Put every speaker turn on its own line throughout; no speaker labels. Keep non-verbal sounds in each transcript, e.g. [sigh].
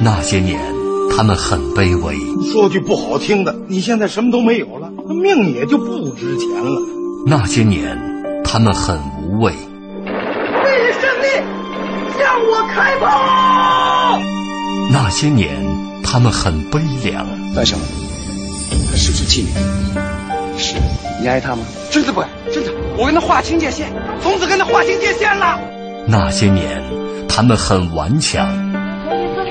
那些年，他们很卑微。
说句不好听的，你现在什么都没有了，那命也就不值钱了。
那些年，他们很无畏。
为胜利，向我开炮！
那些年，他们很悲凉。
大小，他是不是气
嗯
你？是，你爱他吗？
真的不爱，真的。我跟他划清界限，从此跟他划清界限了。
那些年，他们很顽强。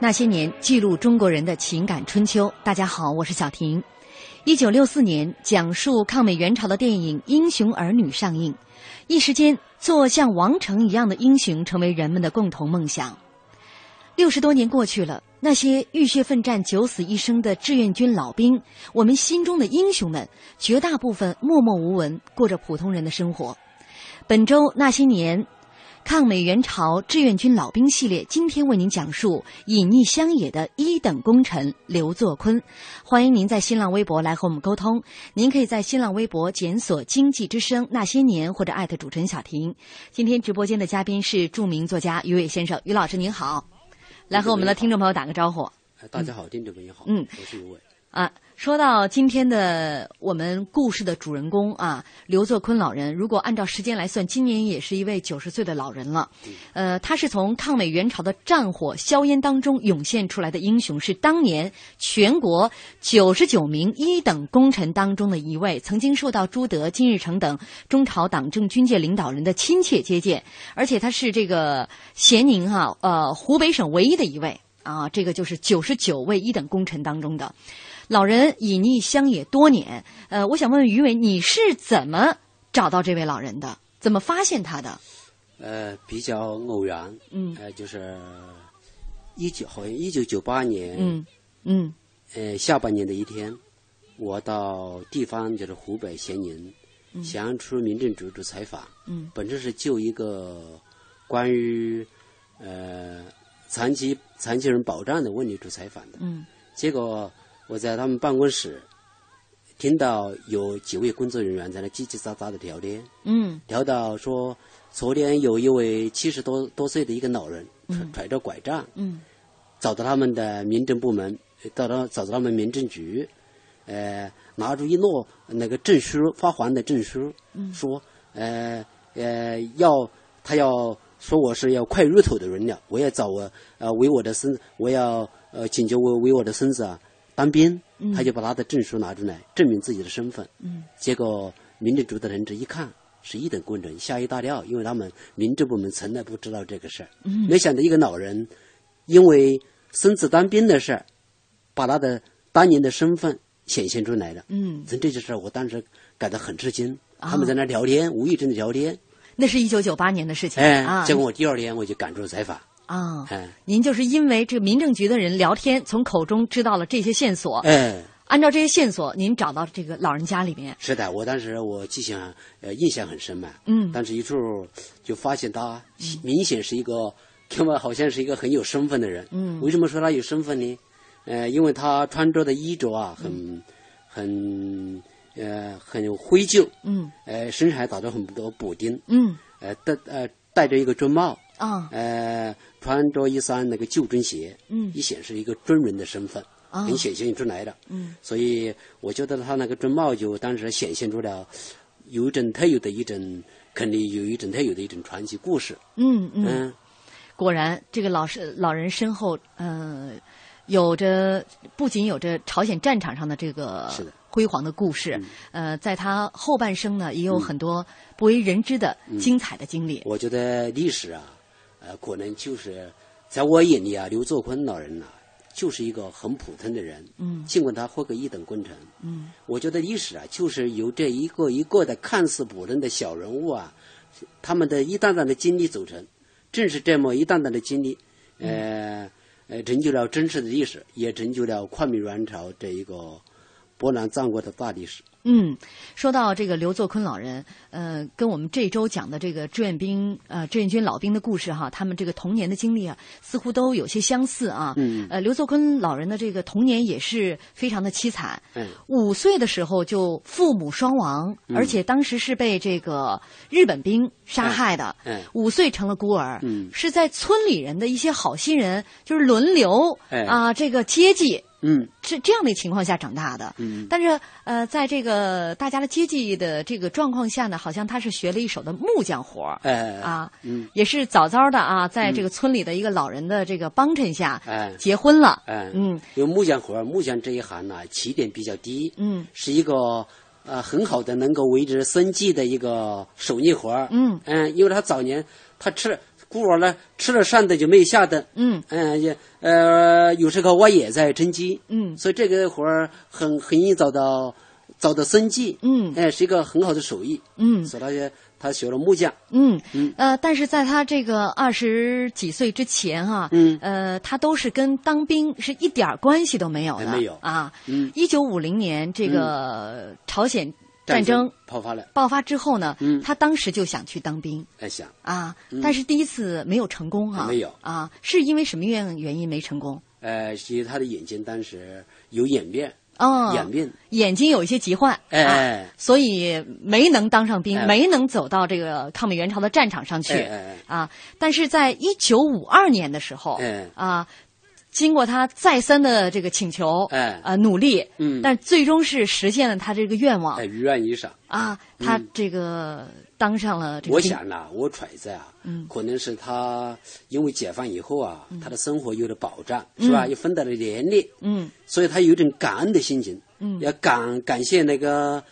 那些年，记录中国人的情感春秋。大家好，我是小婷。一九六四年，讲述抗美援朝的电影《英雄儿女》上映，一时间，做像王成一样的英雄成为人们的共同梦想。六十多年过去了，那些浴血奋战、九死一生的志愿军老兵，我们心中的英雄们，绝大部分默默无闻，过着普通人的生活。本周那些年。抗美援朝志愿军老兵系列，今天为您讲述隐匿乡野的一等功臣刘作坤。欢迎您在新浪微博来和我们沟通，您可以在新浪微博检索“经济之声那些年”或者艾特主持人小婷。今天直播间的嘉宾是著名作家于伟先生，于老师您好，来和我们的听众朋友打个招呼。
哎大家好，听众朋友好，嗯，我是于伟。
啊，说到今天的我们故事的主人公啊，刘作坤老人，如果按照时间来算，今年也是一位九十岁的老人了。呃，他是从抗美援朝的战火硝烟当中涌现出来的英雄，是当年全国九十九名一等功臣当中的一位，曾经受到朱德、金日成等中朝党政军界领导人的亲切接见，而且他是这个咸宁哈、啊、呃湖北省唯一的一位啊，这个就是九十九位一等功臣当中的。老人隐匿乡野多年，呃，我想问问于伟，你是怎么找到这位老人的？怎么发现他的？
呃，比较偶然，嗯，呃，就是一九好像一九九八年，
嗯嗯，
呃，下半年的一天，我到地方就是湖北咸宁，咸阳区民政局做采访，嗯，本身是就一个关于呃残疾残疾人保障的问题做采访的，
嗯，
结果。我在他们办公室听到有几位工作人员在那叽叽喳喳的聊天，
嗯，
聊到说昨天有一位七十多多岁的一个老人揣揣着拐杖，
嗯，
找到他们的民政部门，呃到到找到他们民政局，呃，拿出一摞那个证书发还的证书，
嗯，
说呃呃要他要说我是要快入土的人了，我要找我呃为我的孙，我要呃请求我为我的孙子啊。当兵，他就把他的证书拿出来，证明自己的身份。
嗯，
结果民政局的人这一看是一等功臣，吓一大跳，因为他们民政部门从来不知道这个事儿。
嗯，
没想到一个老人，因为孙子当兵的事儿，把他的当年的身份显现出来了。
嗯，
从这件事儿，我当时感到很吃惊。他们在那聊天，啊、无意中的聊天。
那是一九九八年的事情。
哎，
啊、
结果我第二天我就赶出采访。
啊，
哎
您就是因为这个民政局的人聊天，从口中知道了这些线索，
哎，
按照这些线索，您找到这个老人家里面，
是的，我当时我记性呃印象很深嘛，
嗯
当时一处就发现他明显是一个，看吧，好像是一个很有身份的人，
嗯
为什么说他有身份呢？呃，因为他穿着的衣着啊，
嗯
很很呃很灰旧，
嗯
呃，身上还打着很多补丁，
嗯
呃戴呃戴着一个军帽，
啊
呃，穿着一双那个旧军鞋，
嗯
一显示一个军人的身份，
啊
很显现出来的，
嗯，
所以我觉得他那个军帽就当时显现出了有一种特有的一种，肯定有一种特有的一种传奇故事，
嗯嗯
嗯，
果然，这个老师老人身后，呃，有着不仅有着朝鲜战场上的这个
是的嗯
辉煌的故事，呃，在他后半生呢，也有很多不为人知的
嗯
精彩的经历。
我觉得历史啊，呃，可能就是在我眼里啊，刘作坤老人呐、啊就是一个很普通的人，
嗯
尽管他获个一等功臣，
嗯，
我觉得历史啊，就是由这一个一个的看似普通的小人物啊，他们的一档档的经历组成，正是这么一档档的经历，
嗯
呃、呃，成就了真实的历史，也成就了抗美援朝这一个波澜壮阔的大历史。
嗯，说到这个刘作坤老人，呃，跟我们这周讲的这个志愿兵呃志愿军老兵的故事哈，他们这个童年的经历啊，似乎都有些相似啊。
嗯
呃，刘作坤老人的这个童年也是非常的凄惨。
嗯
五岁的时候就父母双亡，而且当时是被这个日本兵杀害的。
嗯嗯
五岁成了孤儿。
嗯
是在村里人的一些好心人就是轮流啊、
哎
这个接济。
嗯，
是这样的情况下长大的。
嗯
但是呃，在这个大家的接济的这个状况下呢，好像他是学了一手的木匠活儿。
哎、
啊，
嗯
也是早早的啊，在这个村里的一个老人的这个帮衬下，
哎
结婚了，
哎，
嗯，
因为木匠活儿，木匠这一行呢、起点比较低，
嗯，
是一个呃很好的能够维持生计的一个手艺活儿，
嗯
嗯，因为他早年他吃孤儿呢，吃了上等就没有下等，
嗯
嗯也呃有时候我也在蒸鸡，
嗯
所以这个活儿很很易找到找到生计，
嗯
哎、是一个很好的手艺，
嗯
所以他就他学了木匠，
嗯
嗯
呃，但是在他这个二十几岁之前哈、
嗯
呃，他都是跟当兵是一点儿关系都没有的，
哎没有
啊，
嗯
一九五零年这个朝鲜战
争
争
爆发了，
爆发之后呢，
嗯
他当时就想去当兵
哎想
啊，但是第一次没有成功啊，
没有
啊，是因为什么原原因没成功？
呃，其实他的眼睛当时有演变，
哦，
演变。
眼睛有一些疾患，
哎
啊，所以没能当上兵，
哎
没能走到这个抗美援朝的战场上去、
哎哎
啊。但是在一九五二年的时候，
哎
啊，经过他再三的这个请求，
哎
呃，努力，
嗯
但最终是实现了他这个愿望、
哎，如愿以偿。
啊，他
嗯
这个当上了这个嗯
我
兵
想呐、我揣测啊，可能是他因为解放以后啊，他的生活有了保障，是吧？又分到了年龄，
嗯
所以他有一种感恩的心情，
嗯
要感感谢那个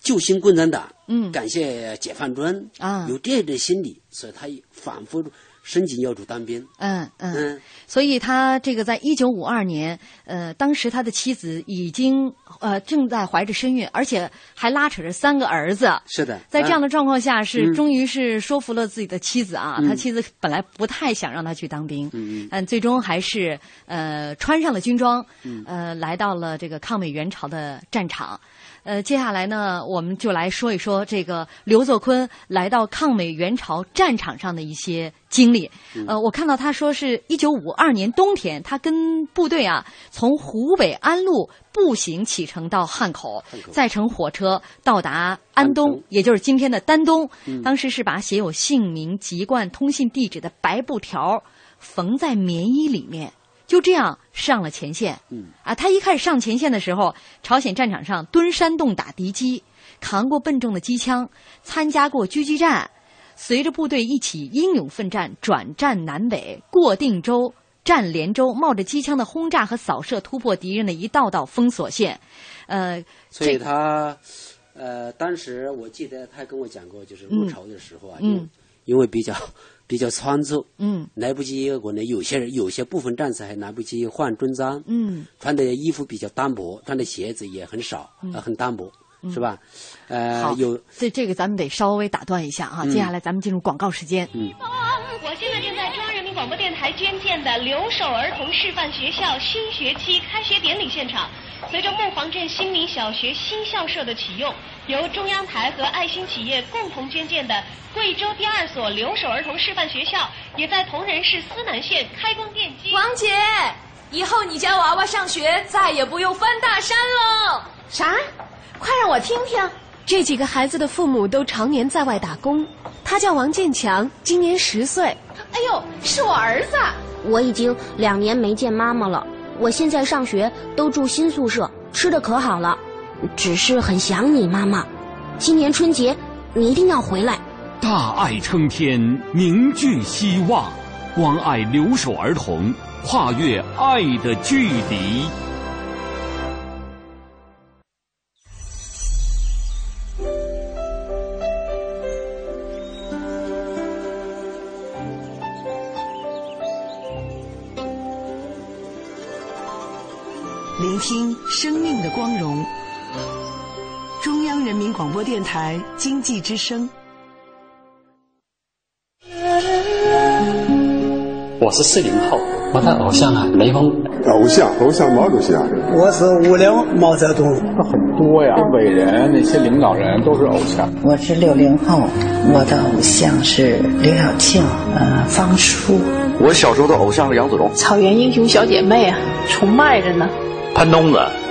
救星共产党，
嗯
感谢解放军
啊
有这种心理，所以他反复申请要去当兵，
嗯嗯，
嗯，
所以他这个在一九五二年，呃，当时他的妻子已经呃正在怀着身孕，而且还拉扯着三个儿子。
是的，
在这样
的、
的状况下，是
嗯
终于是说服了自己的妻子啊，
嗯
他妻子本来不太想让他去当兵，
嗯嗯
但最终还是呃穿上了军装，呃来到了这个抗美援朝的战场。呃，接下来呢，我们就来说一说这个刘作坤来到抗美援朝战场上的一些经历。呃，我看到他说是一九五二年冬天，他跟部队啊从湖北安陆步行启程到汉口，再乘火车到达安
安
东，
东
也就是今天的丹东。
嗯
当时是把写有姓名、籍贯、通信地址的白布条缝在棉衣里面。就这样上了前线。
嗯
啊，他一开始上前线的时候，朝鲜战场上蹲山洞打敌机，扛过笨重的机枪，参加过狙击战，随着部队一起英勇奋战，转战南北，过定州。占连州，冒着机枪的轰炸和扫射，突破敌人的一道道封锁线。呃，
所以
这
他呃，当时我记得他跟我讲过，就是入
嗯
朝的时候啊，
嗯
因为因为比较比较仓促，
嗯
来不及，可能有些人有些部分战士还来不及换军装，
嗯
穿的衣服比较单薄，穿的鞋子也很少，呃很单薄，是吧？呃
嗯好，，
有
这这个咱们得稍微打断一下啊。接下来咱们进入广告时间。
嗯
我现在正在中央人民广
广播电台捐建的留守儿童示范学校新学期开学典礼现场，随着木黄镇新民小学新校舍的启用，由中央台和爱心企业共同捐建的贵州第二所留守儿童示范学校，也在铜仁市思南县开工奠基。
王姐，以后你家娃娃上学再也不用翻大山喽。
啥？快让我听听。
这几个孩子的父母都常年在外打工。他叫王建强，今年十岁。
哎呦，是我儿子！
我已经两年没见妈妈了。我现在上学都住新宿舍，吃的可好了，只是很想你妈妈。今年春节你一定要回来。
大爱撑天，凝聚希望，关爱留守儿童，跨越爱的距离。
聆听生命的光荣，中央人民广播电台经济之声。
我是四零后，我的偶像啊，雷锋。
偶像，偶像毛主席啊。
我是五零毛泽东。
那很多呀，伟人那些领导人都是偶像。
我是六零后，我的偶像是刘晓庆，呃，方舒。
我小时候的偶像是杨子荣。
草原英雄小姐妹啊，崇拜着呢。
潘东子，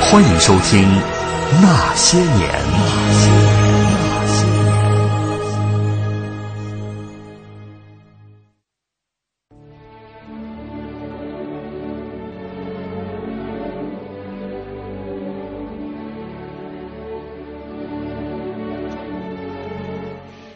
欢迎收听《那些年》。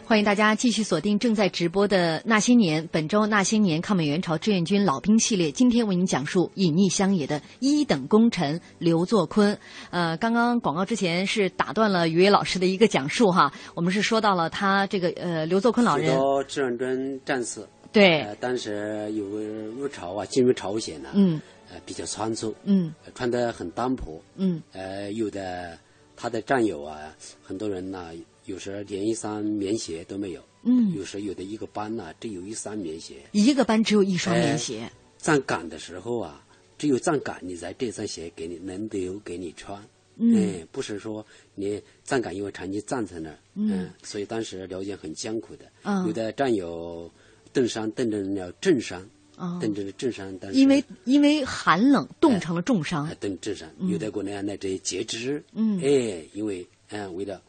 欢迎大家继续锁定正在直播的《那些年》，本周《那些年抗美援朝志愿军老兵系列》，今天为您讲述隐匿乡野的一等功臣刘作坤。呃，刚刚广告之前是打断了于伟老师的一个讲述哈，我们是说到了他这个呃刘作坤老人，哎
多志愿军战士，
对、
呃，当时有个入朝啊，进入朝鲜呢、啊，
嗯，
呃，比较仓促，
嗯，
呃、穿的很单薄，
嗯，
呃，有的他的战友啊，很多人呢、啊。有时连一双棉鞋都没有，
嗯，
有时有的一个班呢、啊，只有一双棉鞋，
一个班只有一双棉鞋。
呃、站岗的时候啊，只有站岗你才这双鞋给你能留给你穿，
嗯、
呃，不是说你站岗因为长期站在那儿，
嗯、
呃，所以当时辽军很艰苦的，
嗯、
有的战友冻伤冻成了重伤。
哦，
冻成了重伤，但是哎
因为因为寒冷冻成了重伤，
冻重伤，有的姑娘那这截肢，
嗯，
哎，因为哎为了。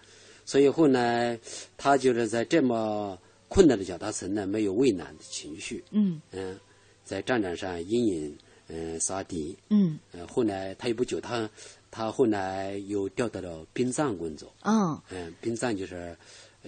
所以后来，他就是在这么困难的脚踏层呢，没有畏难的情绪。
嗯
嗯、呃，在战场上英勇嗯杀敌。
嗯，
呃，后来他也不久，他他后来又调到了殡葬工作。
哦，
嗯、呃，殡葬就是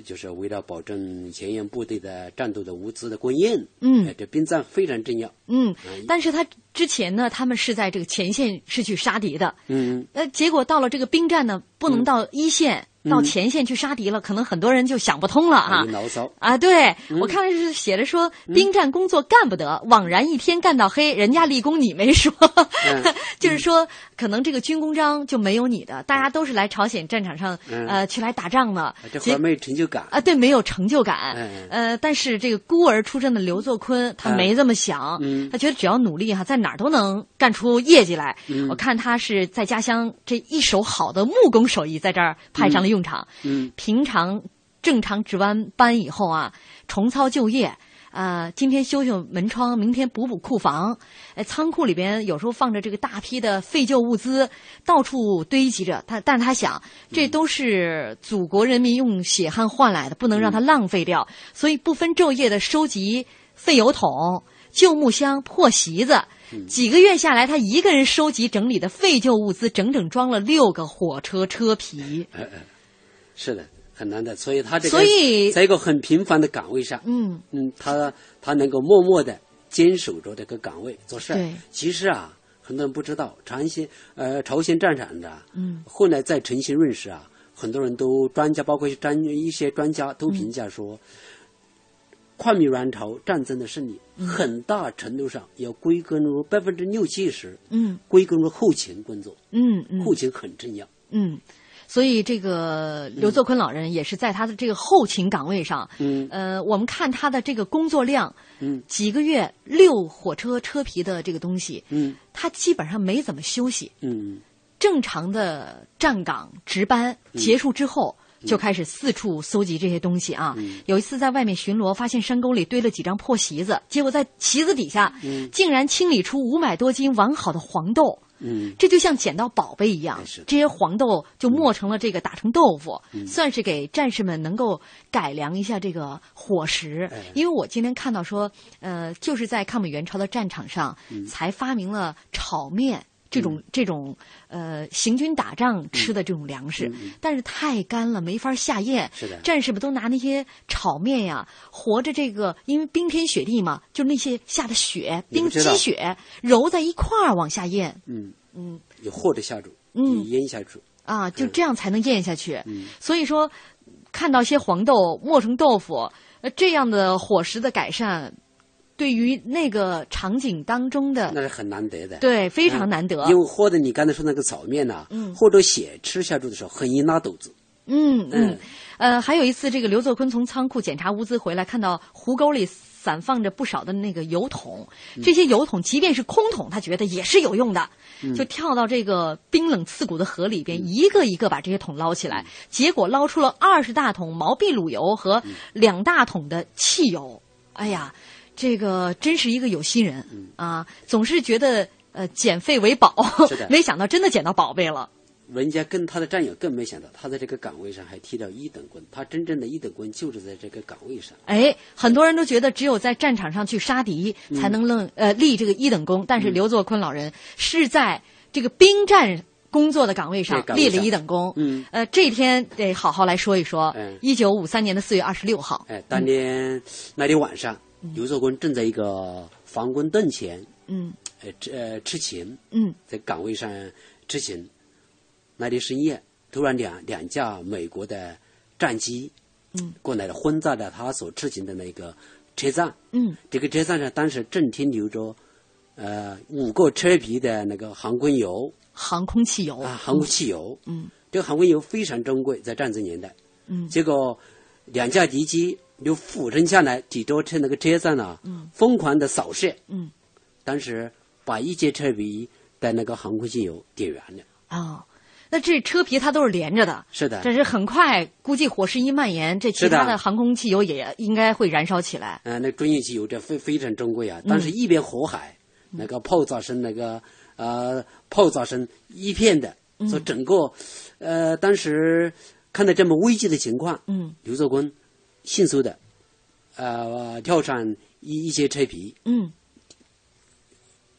就是为了保证前沿部队的战斗的物资的供应。
嗯、
呃，这殡葬非常重要。
嗯，但是他之前呢，他们是在这个前线是去杀敌的。
嗯，
呃，结果到了这个兵站呢，不能到一线。
嗯
到前线去杀敌了，可能很多人就想不通了啊！
牢骚
啊，对、嗯、我看是写着说，
嗯
兵站工作干不得，枉然一天干到黑，人家立功你没说， [laughs]
嗯、
就是说可能这个军功章就没有你的，大家都是来朝鲜战场上、
嗯、啊
呃去来打仗的，
这没有成就感
啊，对，没有成就感。呃，但是这个孤儿出身的刘作坤，他没这么想，他觉得只要努力哈、啊，在哪儿都能干出业绩来。我看他是在家乡这一手好的木工手艺，在这儿派上了用。用场，
嗯，
平常正常值完班以后啊，重操旧业，啊、呃，今天修修门窗，明天补补库房，呃，仓库里边有时候放着这个大批的废旧物资，到处堆积着。他，但是他想，这都是祖国人民用血汗换来的，不能让它浪费掉，所以不分昼夜的收集废油桶、旧木箱、破席子。几个月下来，他一个人收集整理的废旧物资，整整装了六个火车车皮。
是的，很难的，所以他这个，
所以
在一个很平凡的岗位上，
嗯
嗯，他他能够默默的坚守着这个岗位做事儿。其实啊，很多人不知道，朝鲜呃朝鲜战场的，
嗯，
后来在陈新润时啊，很多人都专家，包括专一些专家都评价说，抗、嗯、美援朝战争的胜利，
嗯、
很大程度上要归根于百分之六七十，
嗯，
归根于后勤工作，
嗯嗯，
后勤很重要，
嗯。所以，这个刘作坤老人也是在他的这个后勤岗位上。
嗯，
呃，我们看他的这个工作量，
嗯，
几个月六火车车皮的这个东西，
嗯，
他基本上没怎么休息。
嗯，
正常的站岗值班结束之后，就开始四处搜集这些东西啊。有一次在外面巡逻，发现山沟里堆了几张破席子，结果在席子底下，竟然清理出五百多斤完好的黄豆。
嗯，哎
这就像捡到宝贝一样，这些黄豆就磨成了这个打成豆腐，
嗯、
算是给战士们能够改良一下这个伙食。
哎、
因为我今天看到说，呃，就是在抗美援朝的战场上，
嗯、
才发明了炒面这种、
嗯、
这种呃行军打仗吃的这种粮食，但是太干了没法下咽，
嗯是的，
战士们都拿那些炒面呀，和着这个因为冰天雪地嘛，就那些下的雪冰积雪揉在一块儿往下咽，
嗯。
嗯，
你和着下注，
嗯，
你咽下去
啊，就这样才能咽下去。
嗯、
所以说，看到些黄豆磨成豆腐，呃，这样的伙食的改善，对于那个场景当中的
那是很难得的，
对，非常难得。
嗯、因为或者你刚才说那个炒面呐、啊，
嗯，
或者血吃下去的时候，很易拉肚子。
嗯嗯，呃，还有一次，这个刘作坤从仓库检查物资回来，看到湖沟里。散放着不少的那个油桶，这些油桶即便是空桶，他觉得也是有用的，
嗯、
就跳到这个冰冷刺骨的河里边，嗯、一个一个把这些桶捞起来，嗯、结果捞出了二十大桶毛壁卤油和两大桶的汽油。哎呀，这个真是一个有心人啊，总是觉得呃捡废为宝， [laughs] 没想到真的捡到宝贝了。
人家跟他的战友更没想到，他在这个岗位上还提到一等功，他真正的一等功就是在这个岗位上。
哎，很多人都觉得只有在战场上去杀敌才能论、
嗯、
呃立这个一等功，但是刘作坤老人是在这个兵站工作的岗位上立了一等功。
嗯，
呃，这天得好好来说一说。一九五三年的四月二十六号。
哎，当天、嗯、那天晚上，刘作坤正在一个防空洞前，
嗯，
呃吃呃吃芹，
嗯，
在岗位上吃芹。那天深夜，突然两两架美国的战机，
嗯，
过来了，轰炸了他所执行的那个车站，
嗯，
这个车站上当时正停留着，呃，五个车皮的那个航空油，
航空汽油
啊，航空汽油，
哦嗯，
这个航空油非常珍贵，在战争年代，
嗯，
结果两架敌机就俯冲下来，抵着车那个车站啊，
嗯，
疯狂的扫射，
嗯，
当时把一节车皮的那个航空汽油点燃了，
哦。那这车皮它都是连着的，
是的。
但是很快，估计火势一蔓延，这其他的航空汽油也应该会燃烧起来。
嗯、呃，那专业汽油这非非常珍贵啊！但是一边火海，
嗯、
那个爆炸声，那个呃爆炸声一片的，
嗯、
所以整个呃当时看到这么危急的情况，
嗯，
刘作坤迅速的呃跳上一一些车皮，
嗯，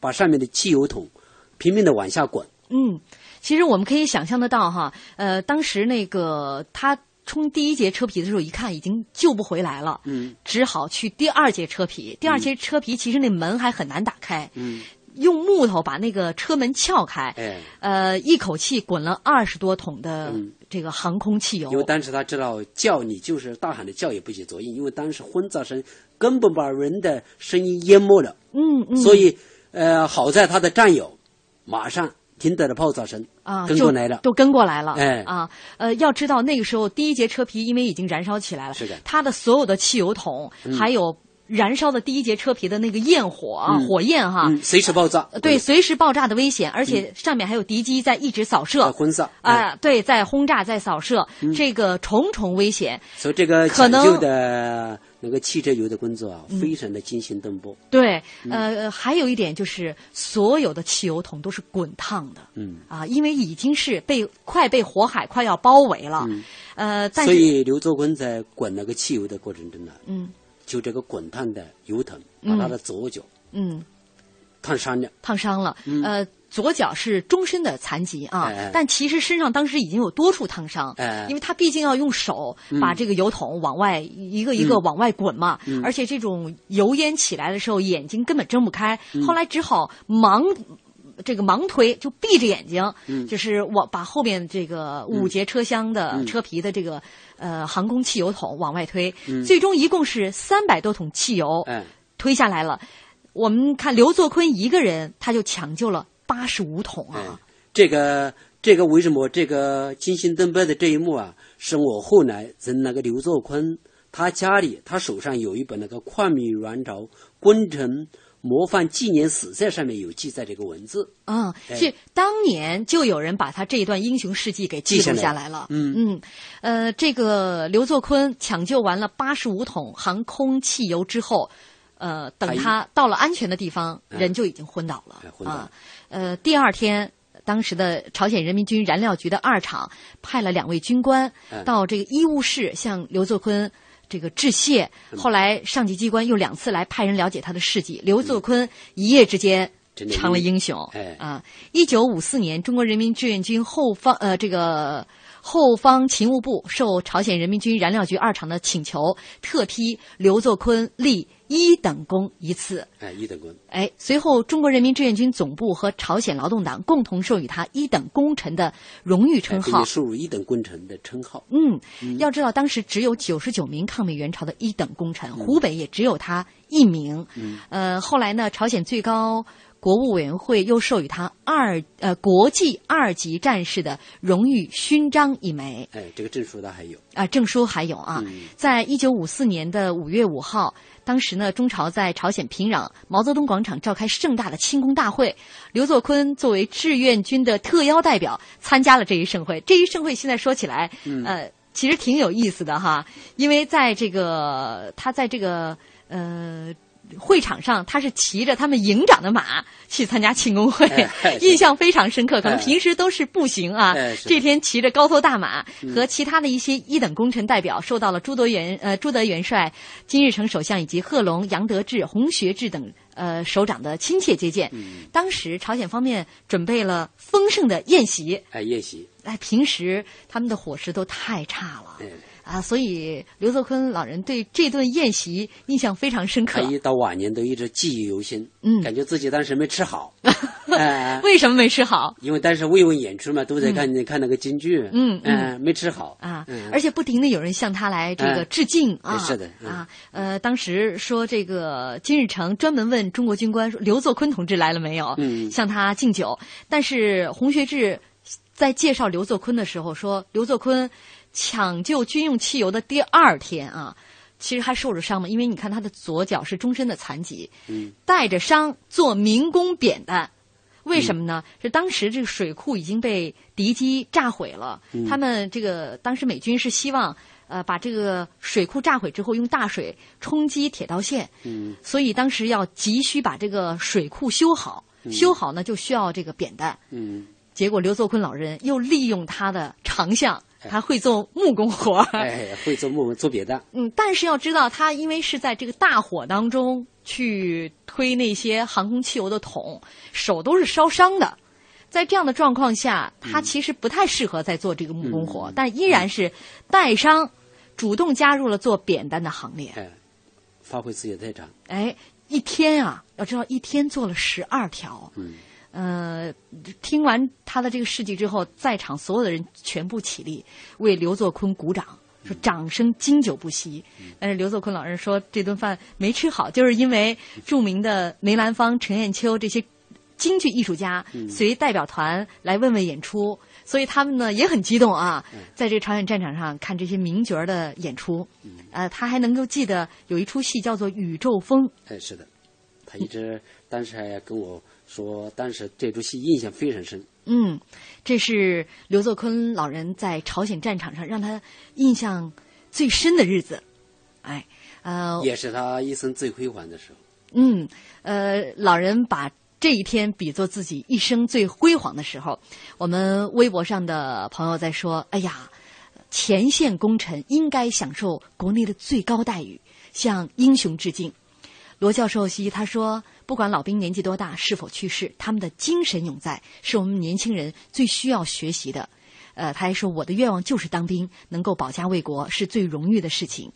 把上面的汽油桶拼命的往下滚，
嗯。其实我们可以想象得到哈，呃，当时那个他冲第一节车皮的时候，一看已经救不回来了，
嗯，
只好去第二节车皮。第二节车皮其实那门还很难打开，
嗯，
用木头把那个车门撬开，
哎，嗯
呃，一口气滚了二十多桶的这个航空汽油。
因为当时他知道叫你就是大喊的叫也不起作用，因为当时轰炸声根本把人的声音淹没了，
嗯嗯，嗯
所以呃，好在他的战友马上。停得了炮炸声
啊，
跟过来了，
都跟过来了，
哎
啊，呃，要知道那个时候第一节车皮因为已经燃烧起来了，
是的，
它的所有的汽油桶、
嗯、
还有燃烧的第一节车皮的那个焰火啊，
嗯、
火焰哈、呃
嗯，随时爆炸，
啊对，对随时爆炸的危险，而且上面还有敌机在一直扫射，
轰哎嗯炸
啊，对，在轰炸，在扫射，这个重重危险，
所以这个
可能
的。那个汽车油的工作啊，非常的惊心动魄。
对，
嗯
呃，还有一点就是，所有的汽油桶都是滚烫的。
嗯。
啊，因为已经是被快被火海快要包围了。
嗯。
呃，但
所以刘作坤在滚那个汽油的过程中呢，
嗯，
就这个滚烫的油桶把他的左脚，
嗯，
烫伤的，
烫伤了，呃。左脚是终身的残疾啊，哎、但其实身上当时已经有多处烫伤，哎、因为他毕竟要用手把这个油桶往外、嗯、一个一个往外滚嘛，嗯、而且这种油烟起来的时候眼睛根本睁不开，嗯、后来只好盲这个盲推，就闭着眼睛，就是我把后面这个五节车厢的车皮的这个呃航空汽油桶往外推，最终一共是三百多桶汽油、嗯哎、推下来了。我们看刘作坤一个人他就抢救了。八十五桶啊！
嗯、这个这个为什么这个惊心动魄的这一幕啊？是我后来跟那个刘作坤，他家里他手上有一本那个抗美援朝工程模范纪念史册，上面有记载这个文字。
嗯，哎、是当年就有人把他这一段英雄事迹给记录下来了。来嗯嗯，呃，这个刘作坤抢救完了八十五桶航空汽油之后。呃，等他到了安全的地方，哎、人就已经昏倒了、哎、啊。呃，第二天，当时的朝鲜人民军燃料局的二厂派了两位军官、哎、到这个医务室向刘作坤这个致谢。后来上级机关又两次来派人了解他的事迹。刘作坤嗯一夜之间成了英雄啊！一九五四年，中国人民志愿军后方呃这个。后方勤务部受朝鲜人民军燃料局二厂的请求，特批刘作坤立一等功一次。
哎，一等功。
哎，随后中国人民志愿军总部和朝鲜劳动党共同授予他一等功臣的荣誉称号。
授予一等功臣的称号。
嗯，嗯要知道当时只有九十九名抗美援朝的一等功臣，湖北也只有他一名。嗯。呃，后来呢，朝鲜最高。国务委员会又授予他二呃国际二级战士的荣誉勋章一枚。
哎，这个证书他还有
啊、呃，证书还有啊。嗯、在一九五四年的五月五号，当时呢，中朝在朝鲜平壤毛泽东广场召开盛大的庆功大会，刘作坤作为志愿军的特邀代表参加了这一盛会。这一盛会现在说起来，嗯、呃，其实挺有意思的哈，因为在这个他在这个呃。会场上，他是骑着他们营长的马去参加庆功会，哎、印象非常深刻。可能平时都是步行啊，哎、这天骑着高头大马，和其他的一些一等功臣代表受到了朱德元呃朱德元帅、金日成首相以及贺龙、杨得志、洪学智等呃首长的亲切接见。嗯、当时朝鲜方面准备了丰盛的宴席，
哎，宴席，
哎，平时他们的伙食都太差了。哎
嗯
啊，所以刘作坤老人对这顿宴席印象非常深刻，
一到晚年都一直记忆犹新。嗯，感觉自己当时没吃 [laughs] 好，哎
呃、为什么没吃好？
因为当时慰问演出嘛，都在看、嗯、看那个京剧，嗯嗯、呃，没吃好
啊，嗯、而且不停的有人向他来这个致敬、呃、啊，
是的、
嗯、啊，呃，当时说这个金日成专门问中国军官说刘作坤同志来了没有，向他敬酒，但是洪学智在介绍刘作坤的时候说刘作坤。抢救军用汽油的第二天啊，其实还受着伤嘛，因为你看他的左脚是终身的残疾，嗯、带着伤做民工扁担，为什么呢？嗯、是当时这个水库已经被敌机炸毁了，嗯、他们这个当时美军是希望呃把这个水库炸毁之后用大水冲击铁道线，
嗯
所以当时要急需把这个水库修好，修好呢就需要这个扁担，
嗯
结果刘作坤老人又利用他的长项。他会做木工活 [laughs] 儿，
哎，会做木做扁担。
嗯，但是要知道，他因为是在这个大火当中去推那些航空汽油的桶，手都是烧伤的。在这样的状况下，他其实不太适合再做这个木工活，嗯、但依然是带伤，嗯、主动加入了做扁担的行列。
哎，发挥自己的特长。
哎，一天啊，要知道一天做了十二条。嗯。呃，听完他的这个事迹之后，在场所有的人全部起立为刘作坤鼓掌，说掌声经久不息。但是刘作坤老人说这顿饭没吃好，就是因为著名的梅兰芳、陈砚秋这些京剧艺术家随代表团来问问演出，所以他们呢也很激动啊，在这个朝鲜战场上看这些名角的演出。呃，他还能够记得有一出戏叫做《宇宙风》。
哎，是的，他一直当时还跟我。说当时这出戏印象非常深。
嗯，这是刘作坤老人在朝鲜战场上让他印象最深的日子。哎，呃，
也是他一生最辉煌的时候。
嗯，呃，老人把这一天比作自己一生最辉煌的时候。我们微博上的朋友在说：“哎呀，前线功臣应该享受国内的最高待遇，向英雄致敬。”罗教授席他说，不管老兵年纪多大，是否去世，他们的精神永在，是我们年轻人最需要学习的。呃，他还说，我的愿望就是当兵，能够保家卫国是最荣誉的事情。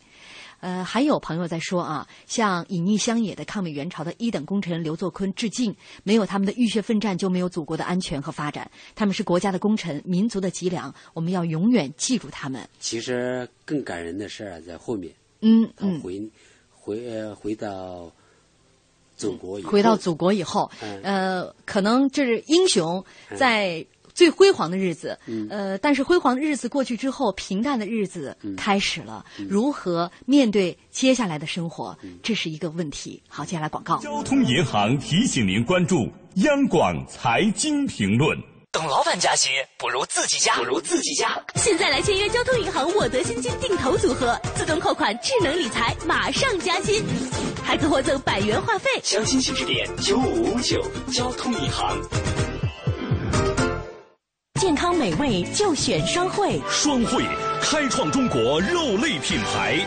呃，还有朋友在说啊，向隐匿乡野的抗美援朝的一等功臣刘作坤致敬。没有他们的浴血奋战，就没有祖国的安全和发展。他们是国家的功臣，民族的脊梁，我们要永远记住他们。
其实更感人的事儿啊在后面。
嗯
他回、嗯、回呃回到祖国以后，
嗯回到祖国以后，嗯、呃，可能这是英雄在。最辉煌的日子，嗯、呃，但是辉煌的日子过去之后，平淡的日子开始了。嗯嗯、嗯如何面对接下来的生活，这是一个问题。好，接下来广告。
交通银行提醒您关注央广财经评论。
等老板加薪，不如自己加，
不如自己加。
现在来签约交通银行我得薪金定投组合，自动扣款，智能理财，马上加薪，还可获赠百元话费。
详情请致电九五五九交通银行。
健康美味就选双汇，
双汇开创中国肉类品牌。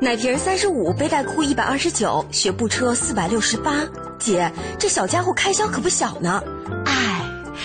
奶瓶三十五，背带裤一百二十九，学步车四百六十八。姐，这小家伙开销可不小呢。
唉，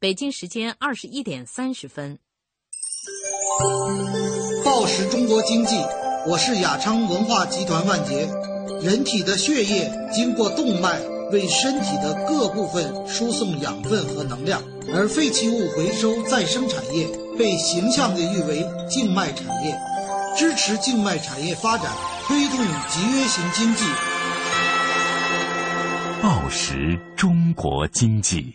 北京时间二十一点三十分，
报时中国经济，我是雅昌文化集团万杰。人体的血液经过动脉为身体的各部分输送养分和能量。而废弃物回收再生产业被形象地誉为静脉产业，支持静脉产业发展，推动集约型经济。
报时中国经济，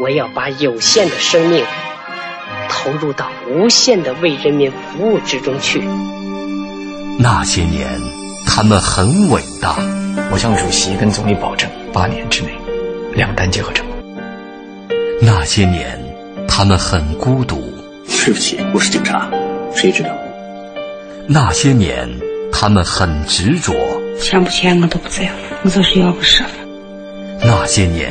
我要把有限的生命投入到无限的为人民服务之中去。
那些年，他们很伟大。
我向主席跟总理保证，八年之内两弹结合成功。
那些年，他们很孤独。
对不起，我是警察，谁知道？
那些年，他们很执着。
签不签我都不在乎，我就是要个身份。
那些年，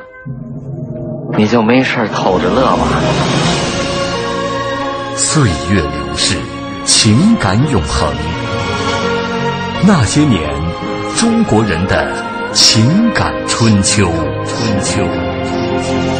你就没事偷着乐吧。
岁月流逝，情感永恒。那些年，中国人的情感春秋。春秋。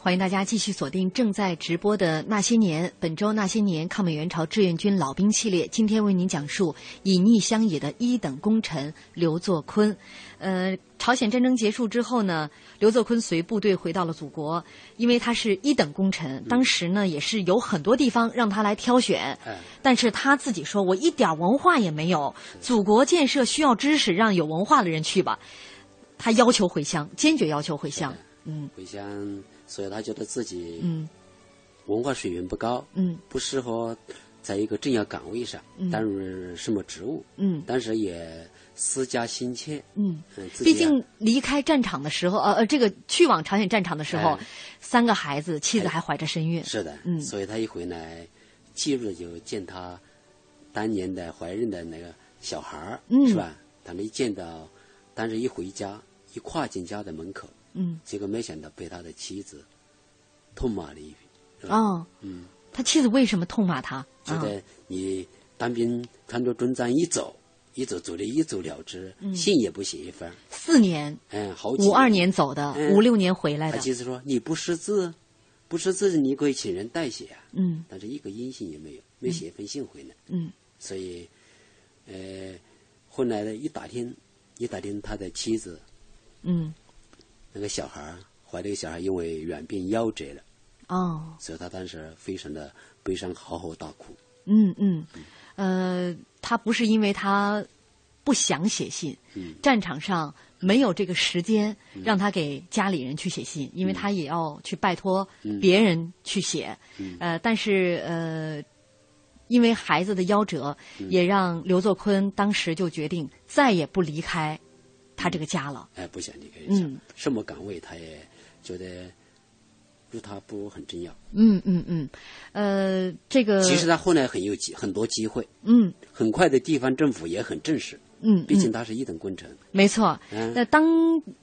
欢迎大家继续锁定正在直播的《那些年》，本周《那些年》抗美援朝志愿军老兵系列，今天为您讲述隐匿乡野的一等功臣刘作坤。呃，朝鲜战争结束之后呢，刘作坤随部队回到了祖国，因为他是一等功臣，当时呢也是有很多地方让他来挑选，
哎
但是他自己说：“我一点文化也没有，祖国建设需要知识，让有文化的人去吧。”他要求回乡，坚决要求回乡。嗯，
回乡，所以他觉得自己
嗯
文化水平不高，
嗯，
不适合在一个重要岗位上
嗯
担任什么职务，
嗯
但是也思家心切，
嗯，
嗯，自己
毕
啊
竟离开战场的时候，呃呃，这个去往朝鲜战场的时候，
哎
三个孩子，妻子还怀着身孕。
是的，
嗯
所以他一回来，记住就见他当年的怀孕的那个小孩儿，
嗯
是吧？他们一见到，但是一回家，一跨进家的门口，
嗯，
结果没想到被他的妻子痛骂了一顿，是吧？
哦，
嗯，
他妻子为什么痛骂他？啊
觉
嗯
得你当兵穿着军装一走，一走走的一走了之，
嗯
信也不写一封，
四年，
嗯，好几
五二年走的，
嗯
五六年回来
他
的。
妻子说你不识字，不识字你可以请人代写啊，
嗯
但是一个音信也没有，没写一封信回来。
嗯
所以，呃，后来呢，一打听，一打听他的妻子
嗯，
那个小孩儿怀了一个小孩，因为软病夭折了，
哦，
所以他当时非常的悲伤，嚎啕大哭。
嗯嗯，呃，他不是因为他不想写信，
嗯
战场上没有这个时间
嗯
让他给家里人去写信，因为
嗯
他也要去拜托
嗯
别人去写。
嗯
呃，但是呃，因为孩子的夭折，
嗯
也让刘作坤当时就决定再也不离开他这个家了。
哎，不想离开家，
嗯
什么岗位他也觉得入他不很重要。
嗯嗯嗯，呃，这个
其实他后来很有机很多机会，
嗯
很快的地方政府也很正视，
嗯，
毕竟
嗯
他是一等功臣。
没错，
嗯
那当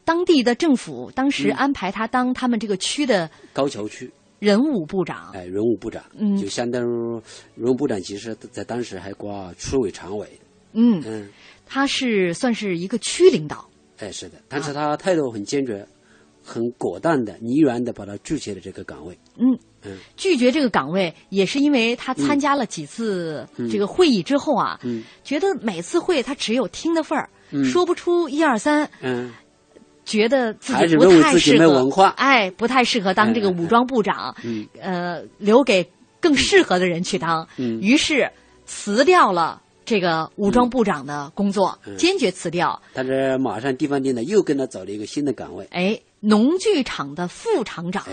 当地的政府当时
嗯
安排他当他们这个区的
高桥区，
人武部长。
哎，人武部长，
啊嗯
就相当于人武部长，其实在当时还挂区委常委。
嗯，
嗯，
他是算是一个区领导。
哎，是的，但是他态度很坚决，很果断的、毅然的把他拒绝了这个岗位。
嗯，
嗯
拒绝这个岗位也是因为他参加了几次
嗯
这个会议之后啊，
嗯
觉得每次会他只有听的份儿，
嗯
说不出一二三，
嗯，
觉得自
还
己
是
不
认为
太
自己
适
没
合，
文化哎
哎，不太适合当这个武装部长，
嗯
呃，留给更适合的人去当，
嗯
于是辞掉了这个武装部长的工作，
嗯
坚决辞掉，
但是马上地方领导又跟他找了一个新的岗位。
哎，农剧场的副厂长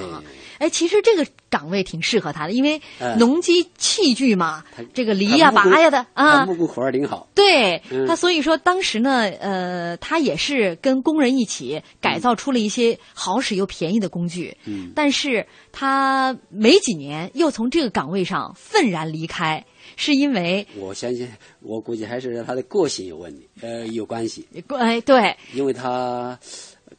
哎，
哎，其实这个岗位挺适合他的，因为
哎
农机器具嘛，
他
这个犁
他
呀、
木
拔
工
呀的
他
啊
木，工活儿挺好。
对、
嗯
他，所以说当时呢，呃，他也是跟工人一起改造出了一些好使又便宜的工具，
嗯
但是他没几年又从这个岗位上愤然离开，是因为
我相信，我估计还是他的个性有问题，呃，有关系，
哎对
因为他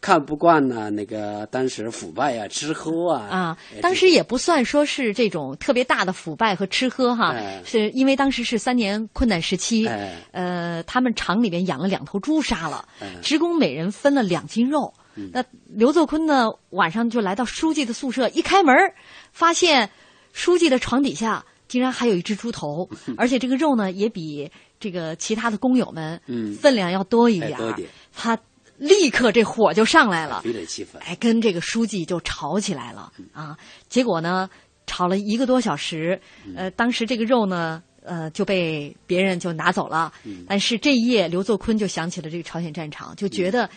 看不惯呢、那个当时腐败啊、吃喝啊。
啊
哎，
当
这
时也不算说是这种特别大的腐败和吃喝哈，
哎
是因为当时是三年困难时期，
哎
呃，他们厂里边养了两头猪杀了，
哎
职工每人分了两斤肉。
嗯
那刘作坤呢，晚上就来到书记的宿舍，一开门儿发现书记的床底下竟然还有一只猪头， [laughs] 而且这个肉呢也比这个其他的工友们
嗯
分量要多一点
哎
儿、
多一点
他立刻这火就上来了，
有点气愤。
哎，跟这个书记就吵起来了
嗯
啊。结果呢，吵了一个多小时，
嗯
呃，当时这个肉呢，呃，就被别人就拿走了。
嗯
但是这一夜，刘作坤就想起了这个朝鲜战场，就觉得。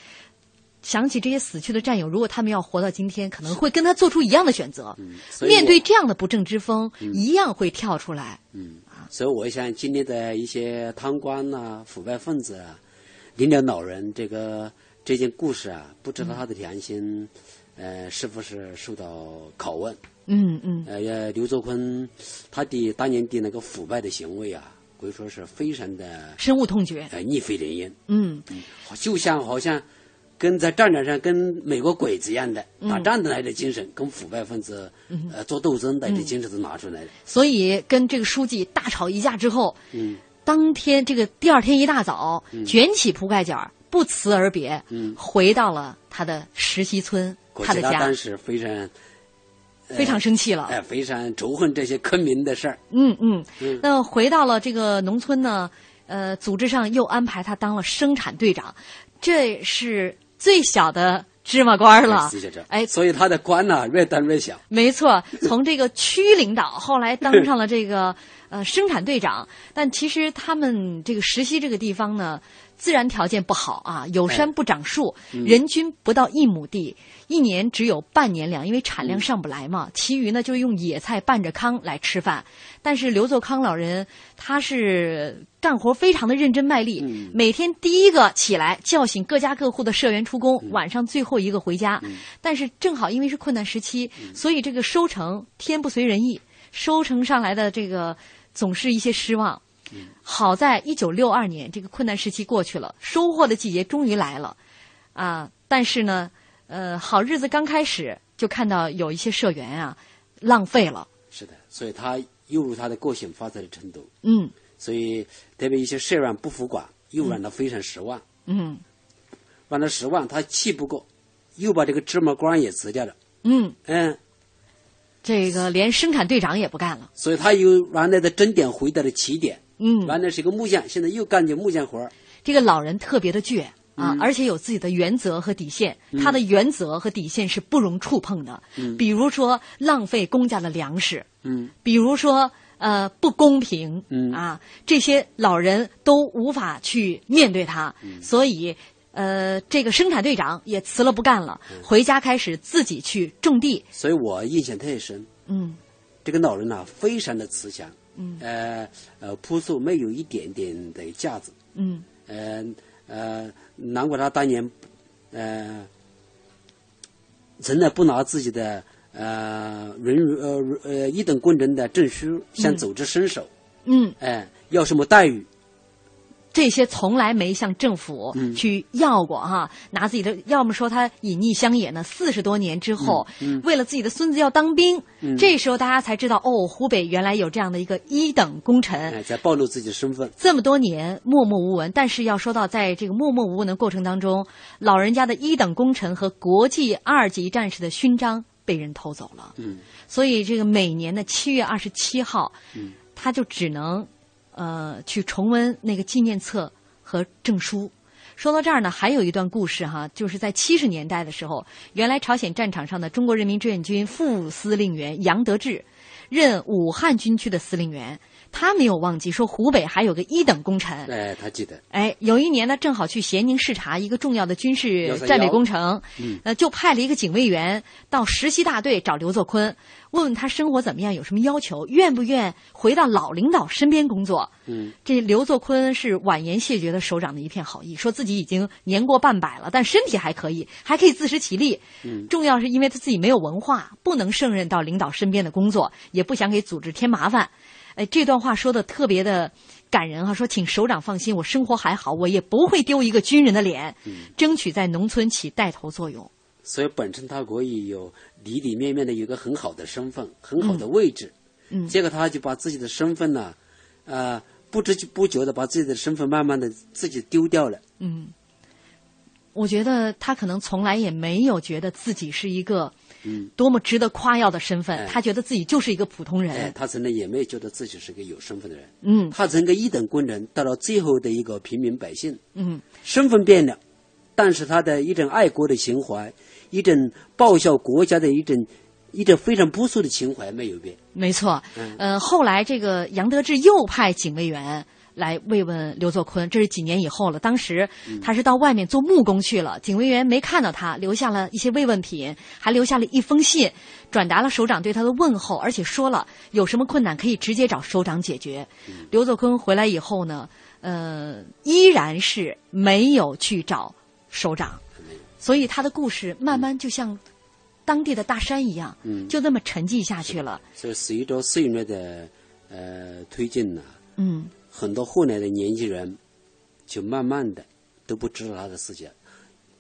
想起这些死去的战友，如果他们要活到今天，可能会跟他做出一样的选择。
嗯所以
哎面
我
对这样的不正之风，
嗯
一样会跳出来。
嗯，所以我想今天的一些贪官呐、腐败分子啊、领导老人这个这件故事啊，不知道他的良心，呃，是不是受到拷问？
嗯嗯
呃，刘作坤他的当年的那个腐败的行为啊，可以说是非常的
深恶痛绝。
呃逆非人言，
嗯
就像好像跟在战场上跟美国鬼子一样的打仗的来的精神，跟腐败分子
嗯
呃做斗争的这精神都拿出来了。
所以跟这个书记大吵一架之后，
嗯
当天这个第二天一大早，
嗯
卷起铺盖卷儿，不辞而别，
嗯
回到了他的石溪村，
可
他
惜
的
他
家
当。时非常
非常生气了，
哎、呃，非常仇恨这些坑民的事儿。
嗯嗯，嗯那回到了这个农村呢，呃，组织上又安排他当了生产队长，这是最小的。芝麻官了，
哎，所以他的官呢、啊、越当越小。
没错，从这个区领导后来当上了这个 [laughs] 呃生产队长，但其实他们这个石溪这个地方呢，自然条件不好啊，有山不长树，哎、人均不到一亩地，嗯、一年只有半年粮，因为产量上不来嘛，嗯、其余呢就用野菜拌着糠来吃饭。但是刘作康老人他是干活非常的认真卖力，嗯、每天第一个起来叫醒各家各户的社员出工，嗯、晚上最后一个回家。嗯、但是正好因为是困难时期，所以这个收成天不随人意，收成上来的这个总是一些失望。好在一九六二年这个困难时期过去了，收获的季节终于来了，啊！但是呢，呃，好日子刚开始就看到有一些社员啊浪费了。
是的，所以他。诱入他的个性发展的程度，
嗯，
所以特别一些社员不服管，又让他非常失望，
嗯，
让他失望，他气不过，又把这个芝麻官也辞掉了，
嗯
嗯，
这个连生产队长也不干了，
所以他由原来的终点回到了起点，
嗯，
原来是个木匠，现在又干起木匠活
这个老人特别的倔。啊，
嗯
而且有自己的原则和底线，嗯、他的原则和底线是不容触碰的。
嗯，
比如说浪费公家的粮食，
嗯，
比如说呃不公平，
嗯
啊，这些老人都无法去面对他，
嗯、
所以呃，这个生产队长也辞了不干了，嗯、回家开始自己去种地。
所以我印象特深，
嗯，
这个老人呐、啊，非常的慈祥，
嗯，
呃呃，朴素没有一点点的架子，
嗯，
呃。呃，难怪他当年，呃，从来不拿自己的呃人呃呃一等工人的证书向组织伸手，
嗯，
哎、呃，要什么待遇？
这些从来没向政府去要过哈，
嗯、
拿自己的，要么说他隐匿乡野呢，四十多年之后，
嗯嗯、嗯
为了自己的孙子要当兵，这时候大家才知道哦，湖北原来有这样的一个一等功臣，
哎、才暴露自己的身份。
这么多年默默无闻，但是要说到在这个默默无闻的过程当中，老人家的一等功臣和国际二级战士的勋章被人偷走了，
嗯，
所以这个每年的七月二十七号，他就只能。呃，去重温那个纪念册和证书。说到这儿呢，还有一段故事哈，就是在七十年代的时候，原来朝鲜战场上的中国人民志愿军副司令员杨得志，任武汉军区的司令员，他没有忘记说湖北还有个一等功臣。
哎，他记得。
哎，有一年呢，正好去咸宁视察一个重要的军事战略工程，
嗯、
呃，就派了一个警卫员到实习大队找刘作坤。问问他生活怎么样，有什么要求，愿不愿回到老领导身边工作？
嗯，
这刘作坤是婉言谢绝的首长的一片好意，说自己已经年过半百了，但身体还可以，还可以自食其力。
嗯，
重要是因为他自己没有文化，不能胜任到领导身边的工作，也不想给组织添麻烦。哎，这段话说的特别的感人哈、啊，说请首长放心，我生活还好，我也不会丢一个军人的脸，
嗯、
争取在农村起带头作用。
所以本身他可以有。里里面面的有个很好的身份，很好的位置，
嗯，
结果他就把自己的身份呢、啊，呃，不知不觉的把自己的身份慢慢的自己丢掉了，
嗯，我觉得他可能从来也没有觉得自己是一个，
嗯，
多么值得夸耀的身份，
哎、
他觉得自己就是一个普通人，
哎，他从来也没有觉得自己是个有身份的人，
嗯，
他从个一等工人到了最后的一个平民百姓，
嗯，
身份变了，但是他的一种爱国的情怀。一种报效国家的一种，一种非常朴素的情怀没有变。
没错，
嗯
呃，后来这个杨得志又派警卫员来慰问刘作坤，这是几年以后了。当时
嗯
他是到外面做木工去了，警卫员没看到他，留下了一些慰问品，还留下了一封信，转达了首长对他的问候，而且说了有什么困难可以直接找首长解决。
嗯、
刘作坤回来以后呢，呃，依然是没有去找首长。
嗯
所以他的故事慢慢就像当地的大山一样，
嗯、
就那么沉寂下去了。
所以随着岁月的呃推进呢、啊，
嗯，
很多后来的年轻人就慢慢的都不知道他的事情，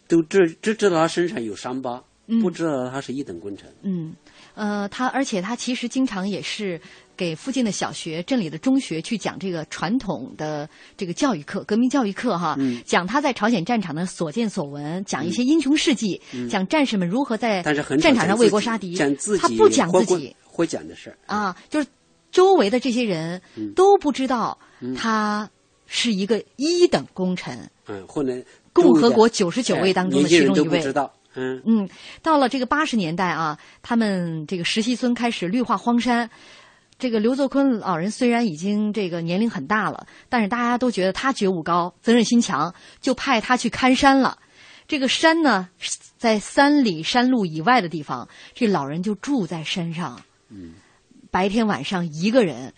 都只只知道他身上有伤疤，
嗯、
不知道他是一等功臣。
嗯，呃，他而且他其实经常也是给附近的小学、镇里的中学去讲这个传统的这个教育课、革命教育课哈，
嗯
讲他在朝鲜战场的所见所闻，讲一些英雄事迹，
嗯
讲战士们如何在
但是很少
战场上为国
讲
杀
自己
敌，
讲自己
他不讲
会
自己
会讲的事儿。
啊，就是周围的这些人
嗯
都不知道
嗯
他是一个一等功臣。
嗯，或者
共和
重一点
国99位当中
年
的
轻人
其中
都
一位
不知道，嗯
嗯，到了这个八十年代啊，他们这个石溪村开始绿化荒山。这个刘作坤老人虽然已经这个年龄很大了，但是大家都觉得他觉悟高、责任心强，就派他去看山了。这个山呢，是在三里山路以外的地方，这老人就住在山上，
嗯，
白天晚上一个人，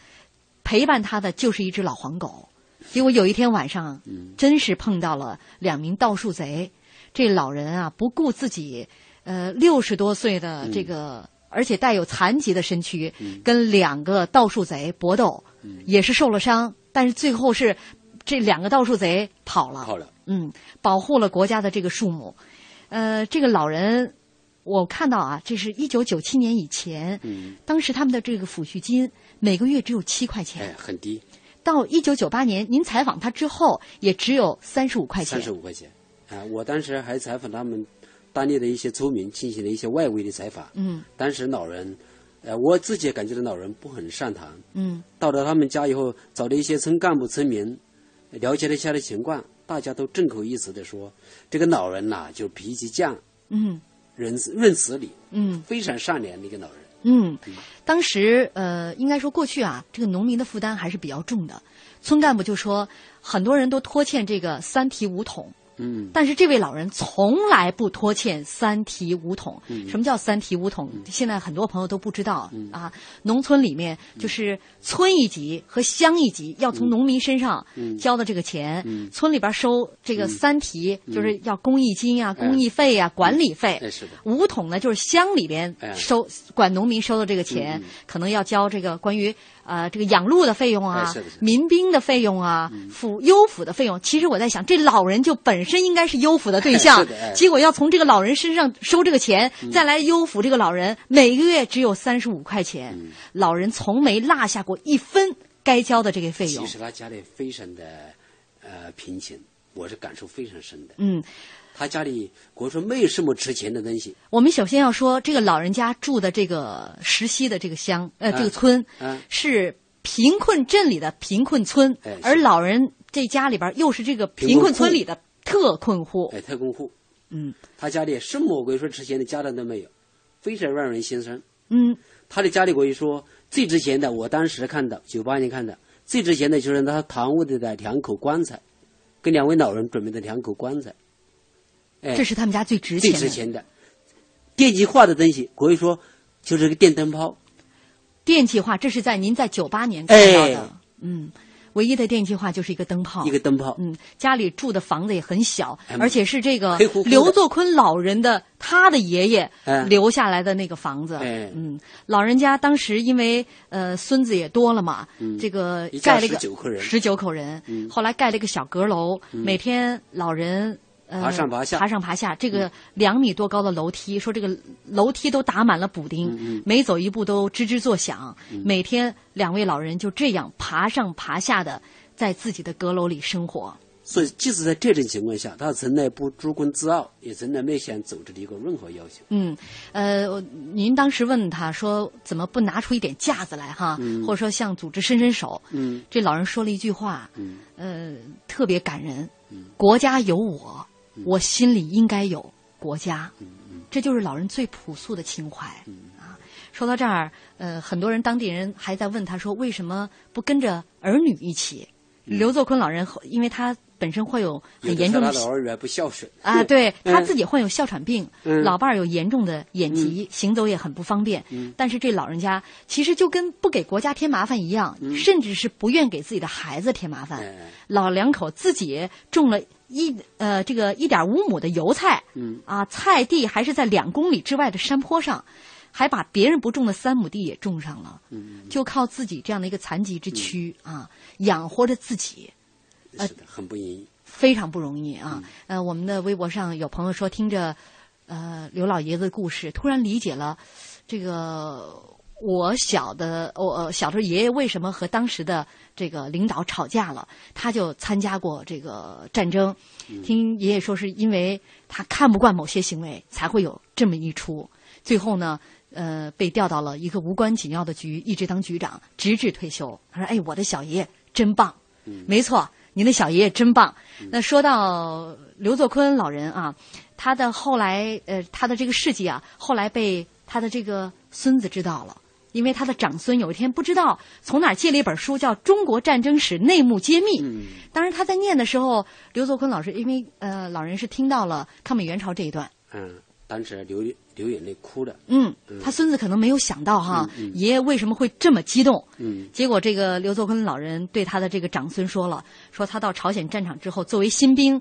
陪伴他的就是一只老黄狗。结果有一天晚上，真是碰到了两名盗树贼。这老人啊，不顾自己，呃，六十多岁的这个，而且带有残疾的身躯，跟两个盗树贼搏斗，也是受了伤，但是最后是这两个盗树贼跑了，
好了，
嗯，保护了国家的这个树木。呃，这个老人，我看到啊，这是一九九七年以前，
嗯，
当时他们的这个抚恤金每个月只有七块钱，
哎，很低，
到一九九八年您采访他之后，也只有三十五块钱
三十。五块钱。啊，我当时还采访他们当地的一些村民，进行了一些外围的采访。
嗯
当时老人，呃，我自己也感觉到老人不很善谈。
嗯
到了他们家以后，找了一些村干部、村民，了解了一下的情况，大家都众口一词的说，这个老人呐、就脾气犟，
嗯
仁论词理，
嗯
非常善良的一个老人。
嗯，当时呃，应该说过去啊，这个农民的负担还是比较重的。村干部就说，很多人都拖欠这个三提五桶，
嗯，
但是这位老人从来不拖欠三提五桶。
嗯
什么叫三提五桶？现在很多朋友都不知道、啊。农村里面
嗯
就是村一级和乡一级要从农民身上
嗯
交的这个钱，
嗯
村里边收这个
嗯
三提，
嗯
就是要公益金啊、
哎
公益费啊、管理费。
哎，是的，
五桶呢，就是乡里边
哎
收、管农民收的这个钱，
嗯嗯
可能要交这个关于呃这个养路的费用啊、
哎是的嗯是的
民兵的费用啊、抚优抚的费用。其实我在想，这老人就本身应该是优抚的对象，
是的哎嗯
结果要从这个老人身上收这个钱，再来优抚这个老人，每个月只有三十五块钱，
嗯
老人从没落下过一分该交的这个费用
其。实他家里非常的呃贫穷，我是感受非常深的。
嗯，
他家里我说没有什么值钱的东西，
我们首先要说，这个老人家住的这个石溪的这个乡，呃，
嗯
这个村、
嗯
是贫困镇里的贫困村，
哎是
而老人这家里边又是这个
贫
贫
困
困村
户
里的特困户。
哎，特工户，
嗯
他家里什么我跟你说值钱的家当都没有，非常让人心酸。
嗯
他的家里我跟你说最值钱的，我当时看的，九八年看的，最值钱的就是他堂屋里的两口棺材，跟两位老人准备的两口棺材，哎，
这是他们家最值
最
钱
值
的
钱的，电极化的东西，我跟你说就是个电灯泡，
电气化，这是在您在九八年看到的，
哎
嗯。唯一的电气化就是一个灯泡，
一个灯泡，
嗯，家里住的房子也很小，
哎
而且是这个
黑乎乎的
刘作坤老人的他的爷爷
哎
留下来的那个房子。
哎
嗯，老人家当时因为呃孙子也多了嘛，
嗯
这个
一家
盖了一个
19口人
19口人
嗯
后来盖了一个小阁楼，每天老人。呃、
爬上爬下
爬上爬下，
嗯
这个两米多高的楼梯，说这个楼梯都打满了补丁，
嗯嗯嗯
每走一步都吱吱作响。每天两位老人就这样爬上爬下的，在自己的阁楼里生活。
所以即使在这种情况下，他从来不自功自傲，也从来没想走这里过任何要求。
嗯，呃，我您当时问他说怎么不拿出一点架子来哈，
嗯
或者说向组织伸伸手，
嗯
这老人说了一句话，
嗯
呃，特别感人。
嗯
国家有我，我心里应该有国家。
嗯
这就是老人最朴素的情怀、啊。说到这儿，呃，很多人当地人还在问他说，为什么不跟着儿女一起？刘作坤老人后，因为他本身会有
嗯有
很
的
严
时候
重
他
的
的儿女还不孝顺
啊，对他
嗯
自己患有哮喘病，
嗯
老伴儿有严重的眼疾，行走也很不方便。
嗯
但是这老人家其实就跟不给国家添麻烦一样，甚至是不愿给自己的孩子添麻烦。
嗯哎
老两口自己种了一呃这个一点五亩的油菜，
嗯
啊，菜地还是在两公里之外的山坡上，还把别人不种的三亩地也种上了，
嗯，
就靠自己这样的一个残疾之躯、啊，养活着自己。
是的，很不容易。
呃非常不容易啊。呃，我们的微博上有朋友说，听着呃刘老爷子的故事，突然理解了这个我小的我、呃、小时候爷爷为什么和当时的这个领导吵架了。他就参加过这个战争，听爷爷说是因为他看不惯某些行为，才会有这么一出。最后呢。呃，被调到了一个无关紧要的局，一直当局长，直至退休。他说：“哎，我的小爷爷真棒，嗯、没错，您的小爷爷真棒。嗯”那说到刘作坤老人啊，他的后来呃，他的这个事迹啊，后来被他的这个孙子知道了，因为他的长孙有一天不知道从哪儿借了一本书，叫《中国战争史内幕揭秘》。嗯、当时他在念的时候，刘作坤老师因为呃，老人是听到了抗美援朝这一段。
嗯。当时流流眼泪哭了。
嗯，他孙子可能没有想到哈，嗯嗯、爷爷为什么会这么激动。嗯，结果这个刘作坤老人对他的这个长孙说了，说他到朝鲜战场之后，作为新兵，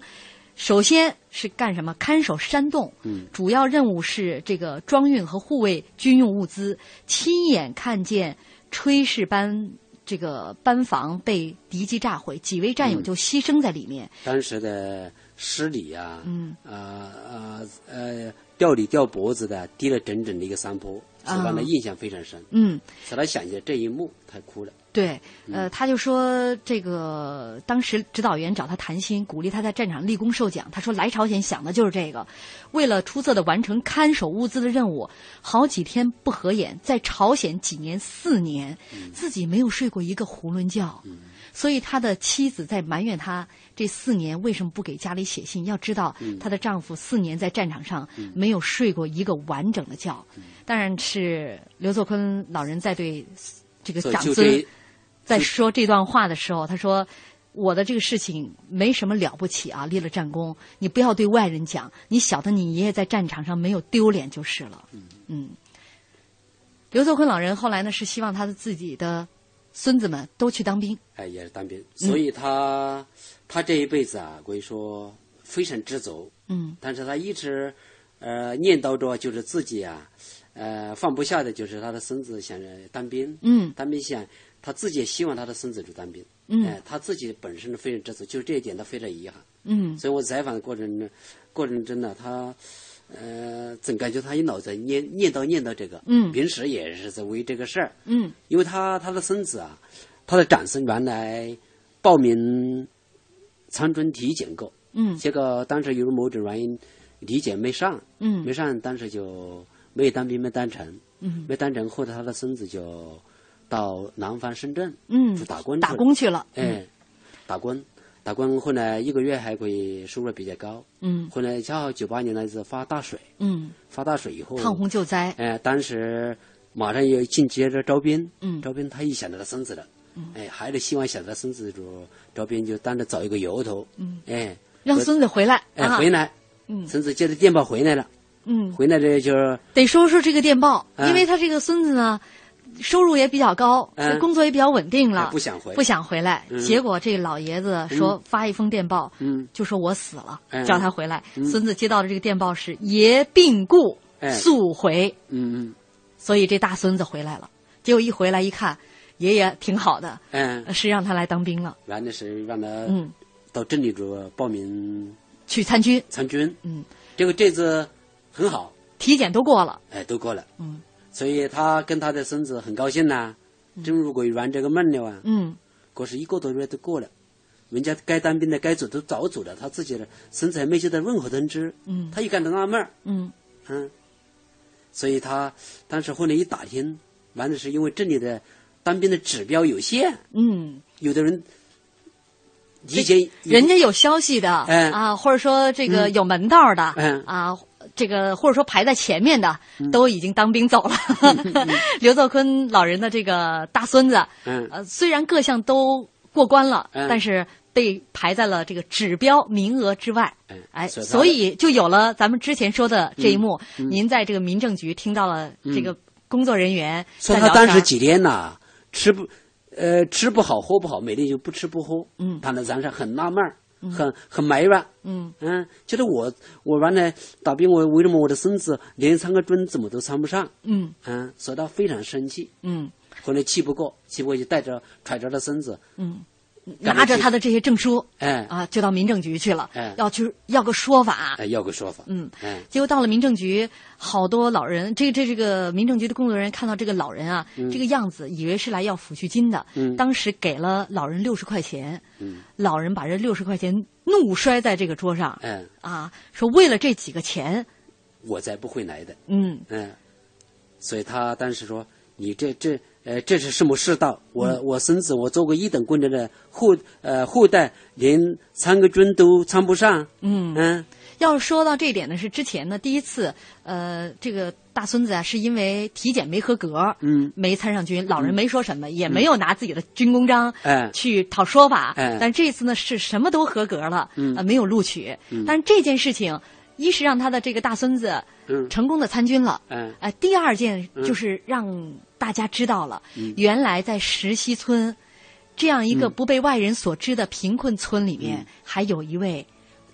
首先是干什么？看守山洞。嗯，主要任务是这个装运和护卫军用物资。亲眼看见炊事班这个班房被敌机炸毁，几位战友就牺牲在里面。
嗯、当时的尸礼啊，嗯，啊啊呃。呃吊里吊脖子的，低了整整的一个山坡，所
啊
以让他印象非常深。
嗯，
使他想起这一幕，他哭了。
对，呃，他就说这个，当时指导员找他谈心，鼓励他在战场立功受奖。他说来朝鲜想的就是这个，为了出色的完成看守物资的任务，好几天不合眼，在朝鲜几年四年，嗯、自己没有睡过一个囫囵觉。嗯所以他的妻子在埋怨他这四年为什么不给家里写信？要知道，她的丈夫四年在战场上没有睡过一个完整的觉。当然是刘作坤老人在对这个长孙在说这段话的时候，他说：“我的这个事情没什么了不起啊，立了战功，你不要对外人讲，你晓得你爷爷在战场上没有丢脸就是了。”嗯，刘作坤老人后来呢是希望他的自己的。孙子们都去当兵，
哎，也是当兵，所以他、嗯、他这一辈子啊，可以说非常知足，
嗯，
但是他一直呃念叨着，就是自己啊，呃放不下的就是他的孙子想当兵，
嗯，
当兵想他自己也希望他的孙子去当兵，
嗯、
呃，他自己本身非常知足，就这一点他非常遗憾，
嗯，
所以我采访的过程呢，过程中呢，他。呃，总感觉他一脑子念念叨念叨这个，
嗯，
平时也是在为这个事儿，
嗯，
因为他他的孙子啊，他的长孙原来报名参军体检过，
嗯，
结果当时由于某种原因体检没上，
嗯，
没上，当时就没有当兵没当成，
嗯，
没当成，后来他的孙子就到南方深圳，
嗯，
去打工
打工去了，
哎，打工。打工后呢，一个月还可以收入比较高。
嗯，
后来恰好九八年那次发大水。
嗯，
发大水以后，
抗洪救灾。
哎、呃，当时马上要紧接着招兵。
嗯，
招兵他一想到他孙子了，嗯、哎，还是希望想到孙子主招兵，就当着找一个由头。
嗯，
哎，
让孙子回来。
哎，回来。
嗯，
孙子接着电报回来了。
嗯，
回来这就是
得说说这个电报，因为他这个孙子呢。收入也比较高，
嗯、哎
工作也比较稳定了，
不想回，
不想回来。
嗯、
结果这老爷子说、嗯、发一封电报，就说我死了，
嗯
叫他回来。孙子接到的这个电报是爷病故，
哎
速回。
嗯嗯，
所以这大孙子回来了。结果一回来一看，爷爷挺好的，
嗯，
是让他来当兵了。
原来是让他
嗯
到镇里头报名
去参军，
参军。
嗯，
结果这次很好，
体检都过了，
哎，都过了。
嗯。
所以他跟他的孙子很高兴呐、啊，正如果圆这个梦了啊。
嗯，
可是一个多月都过了，人家该当兵的该走都早走了，他自己的孙子还没接到任何通知。
嗯，
他也感到纳闷。
嗯
嗯，所以他当时后来一打听，完的是因为这里的当兵的指标有限。
嗯，
有的人以前
人家有消息的，
嗯、
啊，或者说这个有门道的，
嗯、
啊。这个或者说排在前面的都已经当兵走了，
嗯
[laughs] 刘作坤老人的这个大孙子，
嗯
呃，虽然各项都过关了，但是被排在了这个指标名额之外，
嗯
哎，所以就有了咱们之前说的这一幕。
嗯
您在这个民政局听到了这个工作人员
说他当时几天呐，吃不，呃，吃不好喝不好，每天就不吃不喝，
嗯，
他那咱是很纳闷儿。很很埋怨，
嗯
嗯，觉得我我原来打兵，我为什么我的孙子连参个军怎么都参不上？
嗯
嗯，所以他非常生气，
嗯，
后来气不过，气不过就带着揣着他孙子，
嗯，拿着他的这些证书，
哎
啊，就到民政局去了，
哎
要去要个说法，
哎，要个说法，
嗯，
哎，
结果到了民政局，好多老人，这这这个民政局的工作人员看到这个老人啊，
嗯
这个样子，以为是来要抚恤金的，
嗯
当时给了老人六十块钱，
嗯，
老人把这六十块钱怒摔在这个桌上，
哎，
啊，说为了这几个钱，
我才不会来的，
嗯
嗯，所以他当时说：“你这这呃，这是什么世道？我、
嗯
我孙子我做过一等功的人，后呃后代连参个军都参不上。
嗯
嗯
要说到这一点呢，是之前呢第一次，呃，这个大孙子啊是因为体检没合格，
嗯，
没参上军，老人
嗯
没说什么，也
嗯
没有拿自己的军功章，
哎
去讨说法，
哎
但这次呢是什么都合格了，
嗯
呃，没有录取，
嗯
但是这件事情，一是让他的这个大孙子
嗯
成功的参军了，
嗯
呃，第二件
嗯
就是让大家知道了，
嗯
原来在石溪村这样一个
嗯
不被外人所知的贫困村里面，
嗯
还有一位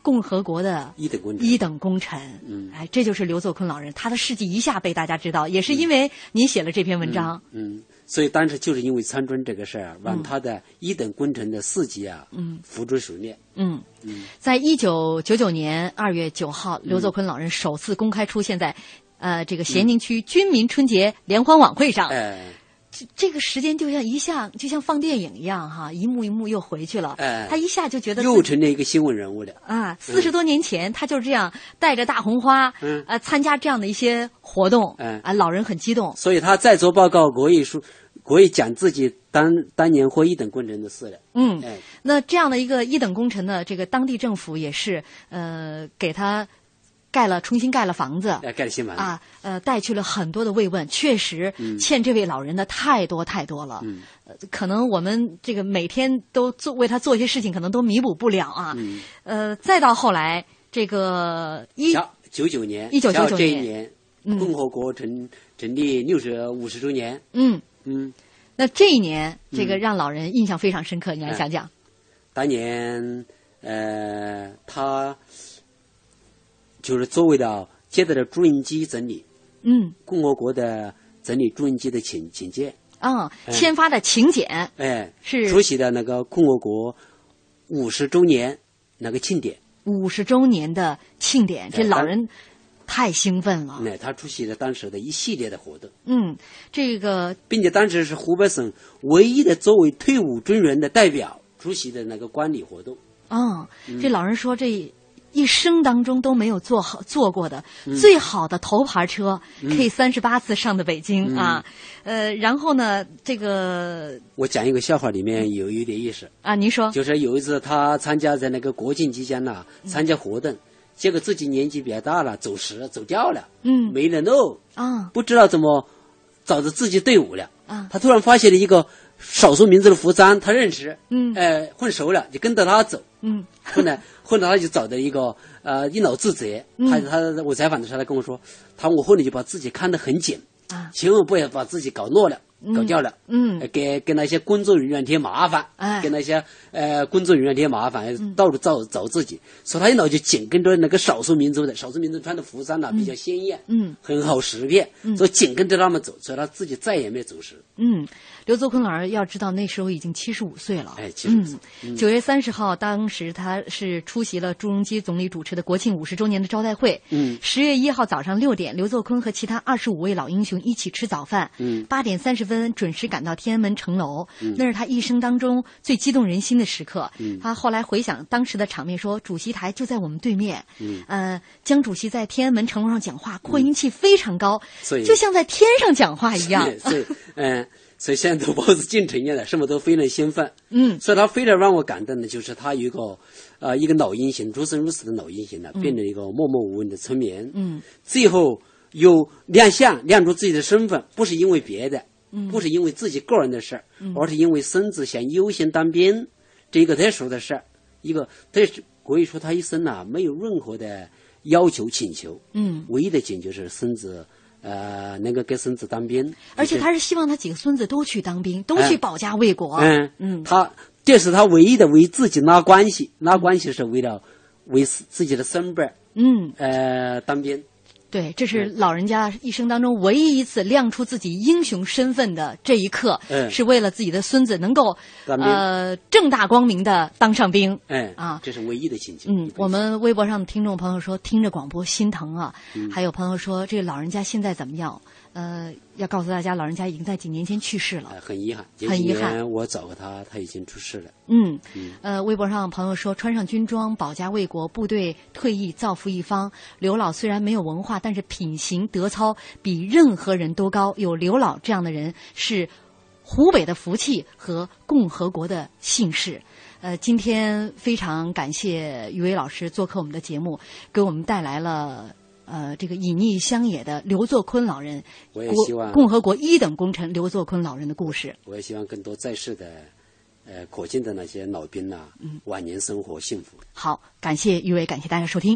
共和国的
一等功臣
一等功臣。
嗯
哎，这就是刘作坤老人，他的事迹一下被大家知道，也是因为您写了这篇文章。
嗯，所以当时就是因为参军这个事儿啊，让
嗯
他的一等功臣的事迹啊，
嗯
付诸熟练。
嗯，
嗯
在一九九九年二月九号，刘作坤老人首次公开出现在，呃，这个咸宁区军民春节联欢晚会上。
嗯哎
这这个时间就像一下，就像放电影一样哈，一幕一幕又回去了。
哎，
他一下就觉得自己
又嗯成了一个新闻人物了。
啊，四十多年前他就是这样带着大红花，
嗯
呃，参加这样的一些活动，
嗯
啊，老人很激动，
所以他再做报告，国艺书，国艺讲自己当当年获一等功臣的事了。
嗯，
哎，
那这样的一个一等功臣呢，这个当地政府也是呃给他盖了重新盖了房子。
哎，盖了新闻。
啊，呃，带去了很多的慰问，确实
嗯
欠这位老人的太多太多了。
嗯
呃可能我们这个每天都做为他做一些事情，可能都弥补不了啊。
嗯。
呃，再到后来，这个一
乔九九年，
1999
乔这一
年
年，
嗯
共和国成成立六十五十周年，
嗯，
嗯，
那这一年，这个
嗯
让老人印象非常深刻，你来
哎
讲讲。
当年呃，他就是作为了接待了朱镕基总理，
嗯
共和国的总理朱镕基的请请柬，
啊，
哎
签发的请柬
哎，
是
出席了那个共和国五十周年那个庆典，
五十周年的庆典，这
哎
老
当
人太兴奋了。
那、他出席了当时的一系列的活动，
嗯，这个
并且当时是湖北省唯一的作为退伍军人的代表出席的那个观礼活动。
啊，
嗯
这老人说这。一生当中都没有坐好坐过的、
嗯
最好的头牌车、k 三十八次上的北
嗯
京、啊，呃，然后呢，这个
我讲一个笑话，里
嗯
面有一点意思，
啊，您说，
就是有一次他参加在那个国庆期间呐、
嗯
参加活动，结果自己年纪比较大了，走时走掉了，
嗯
没人弄，
啊
不知道怎么找着自己队伍了。
啊
他突然发现了一个少数民族的服装，他认识，
嗯
呃，混熟了，就跟着他走。
嗯
后来，后来他就找到一个呃一脑自责，
嗯
他他我采访的时候，他跟我说，他我后来就把自己看得很紧，
啊
千万不要把自己搞落了，
嗯
搞掉了。呃
嗯
给给那些工作人员添麻烦，
哎嗯
给那些呃工作人员添麻烦，到处找找自己，所以他一脑就紧跟着那个少数民族的，少数民族穿的服装呢啊比较鲜艳，
嗯
很好识别
嗯，
所以紧跟着他们走，所以他自己再也没走失。
嗯，刘作坤老人要知道那时候已经七十五岁了，
哎75岁
嗯，九月三十号，当时他是出席了朱镕基总理主持的国庆五十周年的招待会。
嗯
十月一号早上六点，刘作坤和其他二十五位老英雄一起吃早饭。
嗯
八点三十分准时赶到天安门城楼，那是他一生当中最激动人心的时刻。
嗯
他后来回想当时的场面说，主席台就在我们对面。
嗯
呃，江主席在天安门城楼上讲话，扩音器非常高，
所以
就像在天上讲话一样。
所以嗯，所以现在都包子进城了，什么都非常兴奋。
嗯
所以他非常让我感动的就是他有一个呃一个老英雄，出生入死的老英雄呢，变成一个默默无闻的村民。
嗯，
最后又亮相，亮出自己的身份，不是因为别的，
嗯
不是因为自己个人的事儿，而是因为孙子想优先当兵这一个特殊的事儿，一个特殊。可以说他一生呐、没有任何的要求请求，
嗯，
唯一的请求是孙子，呃，能够给孙子当兵，
而且
就是
他是希望他几个孙子都去当兵，都去
哎
保家卫国。
嗯
嗯
他这是他唯一的为自己拉关系，拉关系是为了为自自己的孙辈儿
嗯，
呃当兵。
对，这是老人家一生当中唯一一次亮出自己英雄身份的这一刻，
嗯
是为了自己的孙子能够
当兵
呃正大光明的当上兵。
哎
啊，
这是唯一的亲戚。
嗯，我们微博上的听众朋友说听着广播心疼啊，
嗯
还有朋友说这个老人家现在怎么样？呃，要告诉大家，老人家已经在几年前去世了。
呃很遗憾，前
很
几
遗憾
年我找过他，他已经出事了。
嗯，
嗯，
呃，微博上朋友说，穿上军装，保家卫国，部队退役，造福一方。刘老虽然没有文化，但是品行德操比任何人都高。有刘老这样的人，是湖北的福气和共和国的幸事。呃，今天非常感谢于伟老师做客我们的节目，给我们带来了。呃，这个隐匿乡野的刘作坤老人，
我也
国
希望
共和国一等功臣刘作坤老人的故事。
我也希望更多在世的，
嗯
呃，可敬的那些老兵呐、晚年生活幸福。
好，感谢于伟，感谢大家收听。